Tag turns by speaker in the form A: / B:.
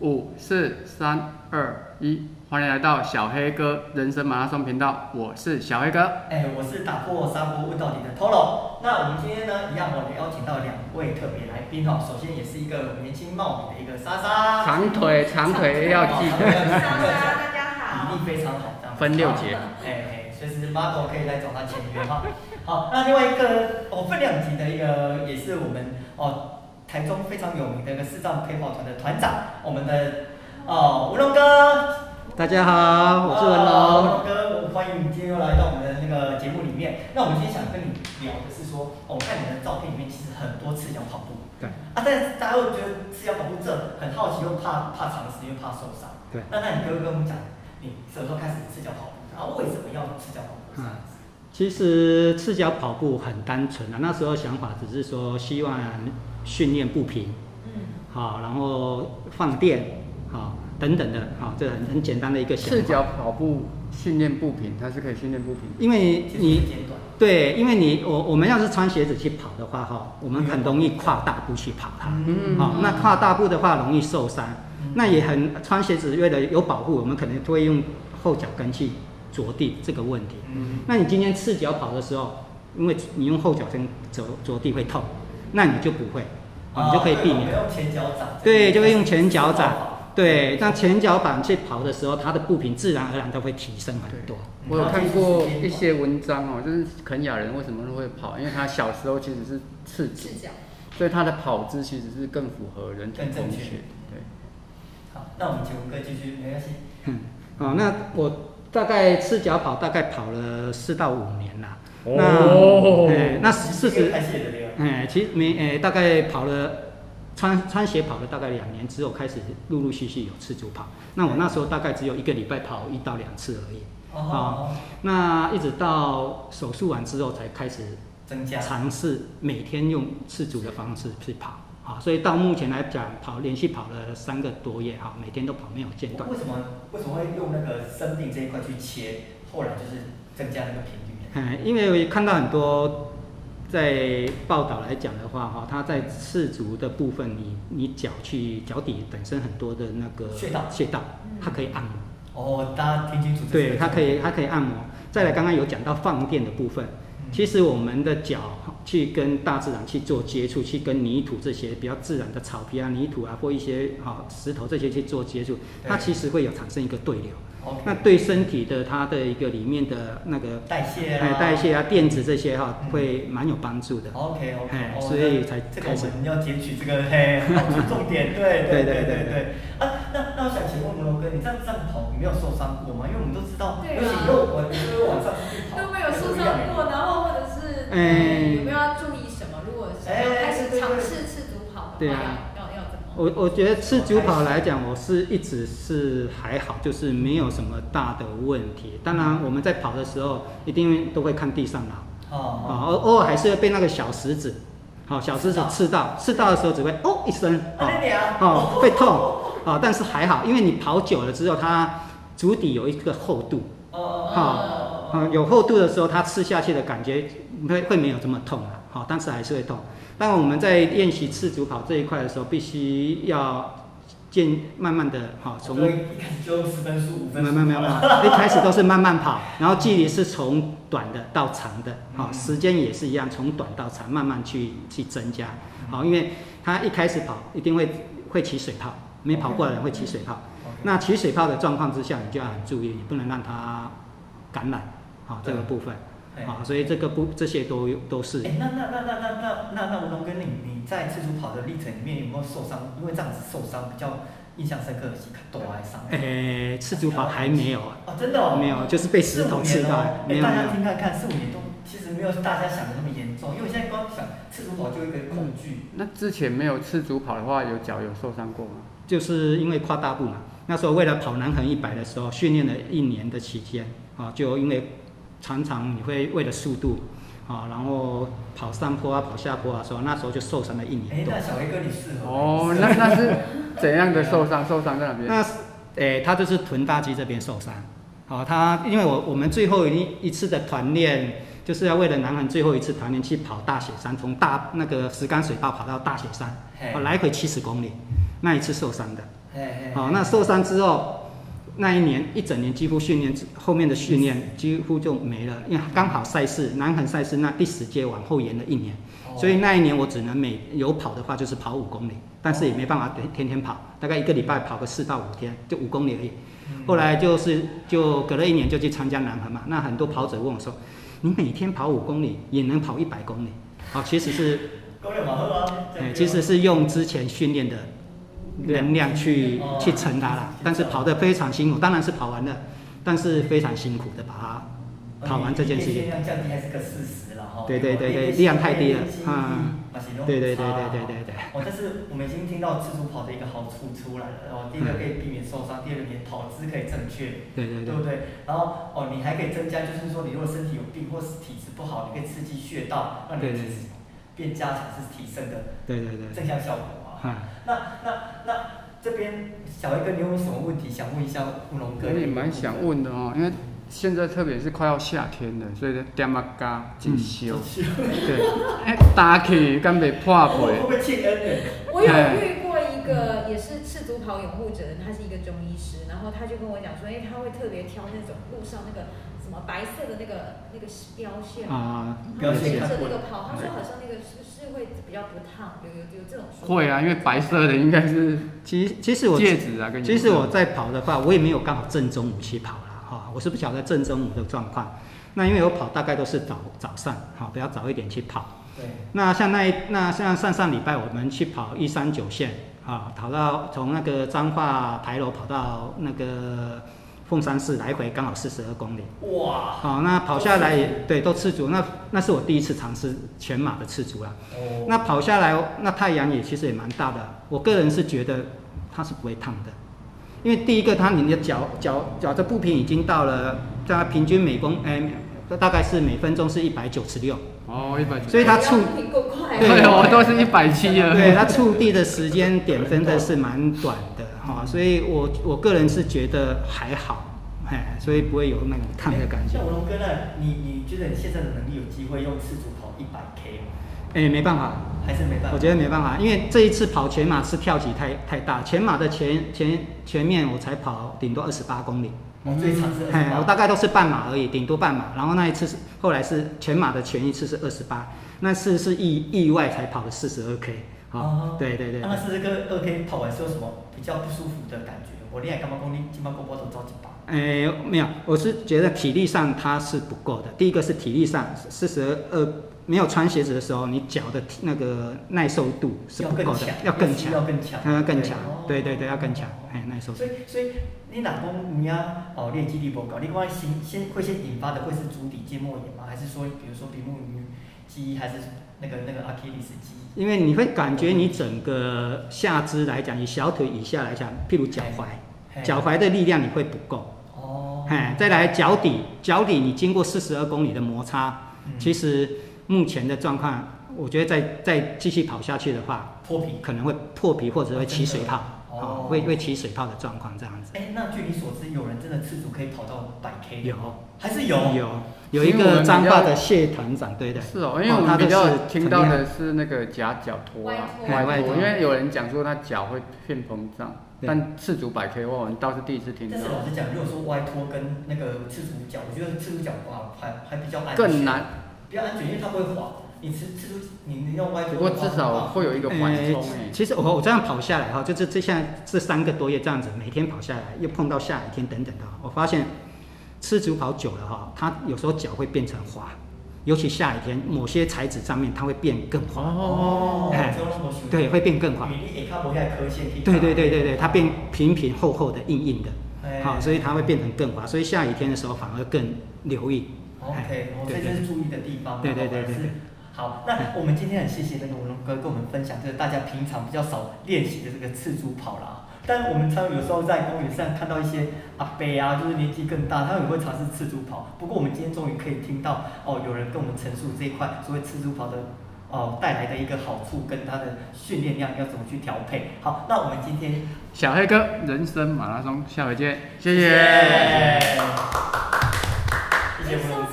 A: 五四三二一，欢迎来到小黑哥人生马拉松频道，我是小黑哥。
B: 哎，我是打破砂锅问到底的 Toro。那我们今天呢，一样我们邀请到两位特别来宾哦。首先也是一个年轻貌美的一个莎莎，哦
A: 长腿，长腿要记
B: 长腿
A: 得
B: 要
C: 莎莎，大家好
B: 体。力非常好，这样子
A: 分六节。
B: 哎哎，随时 Marco 可以来找他签约哈。 好，那另外一个哦，分量级的一个也是我们哦台中非常有名的一个视障陪跑团的团长，我们的哦吴龙哥。
D: 大家好，我是文龙。
B: 呃哥，欢迎你今天又来到我们的那个节目里面。那我们今天想跟你聊的是说，哦我看你的照片里面其实很多次想跑步
D: 对
B: 啊，但是大家会觉得次要跑步这很好奇，又怕怕长时间，又怕受伤。
D: 对
B: 那那你可不可以跟我们讲，你什么时候开始赤脚跑步？然后为什么要赤脚跑步？
D: 嗯其实赤脚跑步很单纯啊，那时候想法只是说希望训练步频，
C: 嗯，
D: 好，然后放电，好等等的，好，这很很简单的一个想
A: 赤
D: 法。
A: 脚跑步训练步频，它是可以训练步频。
D: 因为
B: 其实
D: 你
B: 时间短，
D: 对，因为你我我们要是穿鞋子去跑的话，哈，我们很容易跨大步去跑它。
A: 嗯
D: 好、那跨大步的话容易受伤，
B: 嗯
D: 那也很穿鞋子为了有保护，我们可能会用后脚跟去着地这个问题。
B: 嗯，
D: 那你今天赤脚跑的时候，因为你用后脚跟着着地会痛，那你就不会，啊，你就可以避
B: 哦
D: 免。
B: 对我们用前脚掌，
D: 对，就会用前脚掌
B: 好。
D: 对，那前脚板去跑的时候，它的步频自然而然都会提升很多。
A: 我有看过一些文章哦，就是肯雅人为什么会跑，因为他小时候其实是赤脚，
C: 赤脚。
A: 所以他的跑姿其实是更符合人体
B: 更正
A: 工
B: 确
A: 学。对。
B: 好，那我们请文哥继续，没关系。
D: 嗯，哦，那我大概赤脚跑大概跑了四到五年啦。
A: 哦
D: 那，哎那四
B: 这个
D: 十，
B: 太谢了这个。
D: 哎，其实没，哎，大概跑了。穿穿鞋跑了大概两年之后，开始陆陆续续有赤足跑。那我那时候大概只有一个礼拜跑一到两次而已。
B: 哦，
D: 那一直到手术完之后才开始
B: 增加。
D: 尝试每天用赤足的方式去跑啊，所以到目前来讲，跑连续跑了三个多月哈，每天都跑没有间断
B: 为。什么为什么会用那个生病这一块去切？后来就是增加那个频率。
D: 嗯，因为我看到很多在报道来讲的话哈，它在赤足的部分，你你脚去脚底本身很多的那个
B: 穴道嗯
D: 穴道，它可以按摩。
B: 哦，大家听清楚。这是
D: 对，它可以它可以按摩。再来，刚刚有讲到放电的部分，其实我们的脚去跟大自然去做接触，去跟泥土这些比较自然的草皮啊、泥土啊或一些啊、石头这些去做接触，它
B: 对
D: 其实会有产生一个对流，
B: 嗯 OK
D: 那对身体的它的一个里面的那个
B: 代谢
D: 哎
B: 啊，
D: 代。谢啊、电子这些哈、
B: 嗯
D: 会蛮有帮助的。
B: OK OK，
D: 哎
B: 哦
D: 所以才
B: 这个
D: 开始
B: 我们要截取这个嘿，好是重点，对对对
D: 对对
B: 对
D: 对
B: 对。啊，那那我想请问文龙哥，你这样这样跑，你没有受伤过吗？因为我们都知道，
C: 对啊
B: 尤其又我因为晚上出去跑，
C: 都没有受伤过，然后或者是
D: 哎
C: 有没有要注意什么？如果是要开始尝试赤足跑的
D: 对
C: 话，
D: 啊
C: 要要要怎么？
D: 我我觉得赤足跑来讲，我是一直是还好，就是没有什么大的问题。当然，我们在跑的时候一定都会看地上啦，
B: 哦，
D: 啊，偶偶尔还是会被那个小石子，好、小石子刺到，刺到的时候只会哦一声，
B: 啊那你啊
D: 哦，哦会痛，啊，但是还好，因为你跑久了之后，它足底有一个厚度，
B: 哦哦
D: 好
B: 哦
D: 嗯，有厚度的时候，它刺下去的感觉会会没有这么痛啊，好，但是还是会痛。但我们在练习赤足跑这一块的时候，必须要渐慢慢的，好，从
B: 所以一开始就十分数五
D: 没
B: 分
D: 有
B: 数，
D: 没有没有，没有一开始都是慢慢跑，然后距离是从短的到长的，好、
B: 嗯
D: 时间也是一样，从短到长慢慢去去增加，好、因为他一开始跑一定会会起水泡，没跑过的人会起水泡，那起水泡的状况之下，你就要很注意，你不能让它感染，好、这个部分，
B: 对
D: 好、所以这个不这些都有都啊是
B: 哎、那那那那那那那那吴龙哥，你你在自主跑的历程里面有没有受伤？因为这样子受伤比较印象深刻的是多
D: 哎
B: 哀伤。
D: 诶，赤足跑还没有啊，
B: 哦，真的哦，
D: 没有，就是被石头刺
B: 四五年
D: 到，没有
B: 哦哎
D: 没
B: 大
D: 有
B: 家。听看看，四五年都其实没有大家想的那么严重，因为我现在光想自主跑就有一个恐惧。
A: 那之前没有赤足跑的话，有脚有受伤过吗？
D: 就是因为跨大步嘛，那时候为了跑南横一百的时候，训练了一年的期间啊，就因为常常你会为了速度啊，然后跑上坡啊、跑下坡啊的时候，那时候就受伤了一
B: 哎、
D: 年多
B: 那。小黑哥你适合
A: 哦，
B: 你适合
A: 那那是怎样的受伤？受伤在哪边？
D: 那诶、他就是臀大肌这边受伤。好、他因为我我们最后一一次的团练，就是要为了南横最后一次团练去跑大雪山，从大那个石冈水坝跑到大雪山，哦
B: 嘿
D: 啊来回七十公里，那一次受伤的。
B: 哎
D: 好、那受伤之后，那一年一整年几乎训练之后面的训练几乎就没了，因为刚好赛事南横赛事那第十届往后延了一年，
B: 哦
D: 所以那一年我只能每有跑的话就是跑五公里，但是也没办法天天天跑，大概一个礼拜跑个四到五天，就五公里而已。
B: 嗯
D: 后来就是就隔了一年就去参加南横嘛，那很多跑者问我说，你每天跑五公里也能跑一百公里？好、其实是
B: 够了嘛，好啊。
D: 哎，其实是用之前训练的能量去
B: 哦
D: 去承它啦，但是跑得非常辛苦，当然是跑完了，但是非常辛苦的把它跑完这件事
B: 力
D: 情。
B: 量降低还是个事实了哈。
D: 对对对对力量太低了嗯对
B: 对
D: 对对对对对对。
B: 哦，但是我们已经听到自主跑的一个好处出来了，哦，第一个可以避免受伤，第二个你跑姿可以正确，
D: 对嗯对对
B: 对不对？然后哦，你还可以增加，就是说你如果身体有病或是体质不好，你可以刺激穴道，让你的体
D: 对对
B: 质变加强是提升的
D: 对对对，
B: 正向效果啊。
D: 啊，
B: 那那那这边小黑哥，你有没有什么问题想问一下乌龙哥？
A: 我也蛮想问的哦，因为现在特别是快要夏天了，所以点啊嘎进
B: 哦
A: 修，
D: 嗯
A: 对，哎，打起敢袂破
B: 我哦会不
A: 皮，
B: 会气恩人？
C: 我有遇过一个也是赤足跑拥护者，他是一个中医师，然后他就跟我讲说，哎、他会特别挑那种路上那个什么白色的那个那个标线，嗯
D: 啊
B: 标
C: 然后
B: 线
C: 沿
B: 看
C: 着
B: 过
C: 那个跑，他说好像那个是不是会比较不烫，有有有这种说法
A: 会啊，因为白色的应该是
D: 其实其实我
A: 戒指啊，跟
D: 其实我在跑的话，我也没有刚好正中午去跑啦，哈、我是不晓得正中午的状况。那因为我跑大概都是早早上，好、比较早一点去跑。
B: 对，
D: 那像那一那像上上礼拜我们去跑一三九线啊，跑到从那个彰化牌楼跑到那个凤山市来回刚好四十二公里。
B: 哇，
D: 好、那跑下来也对都赤足，那那是我第一次尝试全马的赤足啦。
B: 哦，
D: 那跑下来，那太阳也其实也蛮大的。我个人是觉得它是不会烫的，因为第一个它你的脚脚脚的步频已经到了，它平均每公哎、大概是每分钟是一百九十六，
A: 哦一百九，
D: 所以它触
C: 不要停够快，
A: 对我都是一百七啊了，
D: 对它触地的时间点真的是蛮短的哈、所以我我个人是觉得还好，哎，所以不会有那种烫的感觉
B: 像。我龙哥呢，你你觉得你现在的能力有机会用赤足跑一百 K 吗？
D: 哎，没办法，
B: 还是没办法？
D: 我觉得没办法，因为这一次跑全马是跳级太太大，全马的前前前面我才跑顶多二十八公里，
B: 我最长是
D: 哎，我
B: 二十
D: 大概都是半马而已，顶多半马。然后那一次是后来是全马的前一次是二十八，那次是意意外才跑了四十二 K。
B: 哦啊
D: 好，对对对
B: 那四十个二 K 跑完是有什么比较不舒服的感觉？我练干嘛公斤，金毛公包都着急吧？
D: 哎，没有，我是觉得体力上它是不够的。第一个是体力上，四十二没有穿鞋子的时候，你脚的那个耐受度是
B: 要
D: 不
B: 更
D: 够的
B: 强，，
D: 要更
B: 要
D: 强，嗯
B: 更强，
D: 它要更强
B: 哦，
D: 对对对，要更强，哎，耐受度。
B: 所以所以你哪公你啊哦练肌力不高，你光先先会先引发的会是足底筋膜炎吗？还是说比如说比目鱼肌，还是那个那个阿基里斯肌？
D: 因为你会感觉你整个下肢来讲，你小腿以下来讲，譬如脚
B: 嘿
D: 踝，脚踝的力量你会不够，
B: 哎哦，
D: 哎，再来脚底，脚底你经过四十二公里的摩擦，
B: 嗯
D: 其实目前的状况，我觉得再再继续跑下去的话，
B: 脱皮。
D: 可能会破皮或者会起水泡，
B: 真的哦
D: 哦，会会起水泡的状况这样子。
B: 哎，那据你所知，有人真的次足可以跑到百 K 的
D: 有
B: 吗？还是有？
D: 有有一个脏话的谢团长，对的，
A: 是哦，因为
D: 哦
A: 我
D: 他
A: 们
D: 都
A: 比
D: 是
A: 较听到
D: 很厉害
A: 的是那个夹脚拖啊，
C: 外
A: 外
D: 托
A: 托，
D: 外托
A: 因为有人讲说他脚会变膨胀，
D: 对
A: 但赤足百 K 我们倒是第一次听
B: 但是
A: 到，
B: 老实讲，如果说外托跟那个赤足脚，我觉得赤足脚啊还还比较安全，
A: 更，难。
B: 比较安全，因为它不会滑。你赤赤足，你你用外托
A: 不
B: 的
A: 过
B: 话，
A: 至少会有一个缓冲
B: 欸
A: 哎诶。
D: 呃其实我我这样跑下来哈，就是这像这三个多月这样子，每天跑下来，又碰到下雨天等等的，我发现吃足跑久了哈，它有时候脚会变成滑，尤其下雨天，某些材质上面它会变更滑，
B: 哦，
D: 哎
B: 只有那么小
D: 对，会变更滑，
B: 米粒也看不下科线可以打
D: 对对对对对，它变平平厚厚的硬硬的，
B: 哎
D: 好，所以它会变成更滑，所以下雨天的时候反而更留意。
B: OK，
D: 哎
B: 哦，所
D: 对
B: 以这
D: 对
B: 是注意的地方。
D: 对对对对
B: 是
D: 对。
B: 好，那我们今天很谢谢那个文龙哥跟我们分享，就是大家平常比较少练习的这个赤足跑啦。但我们常有时候在公园上看到一些阿伯啊，就是年纪更大，他们也会尝试赤足跑。不过我们今天终于可以听到哦，有人跟我们陈述这一块所谓赤足跑的哦带来的一个好处跟它的训练量要怎么去调配。好，那我们今天
A: 小黑哥，人生马拉松，下回见，谢
B: 谢
A: 谢。
B: 谢谢文龙哥。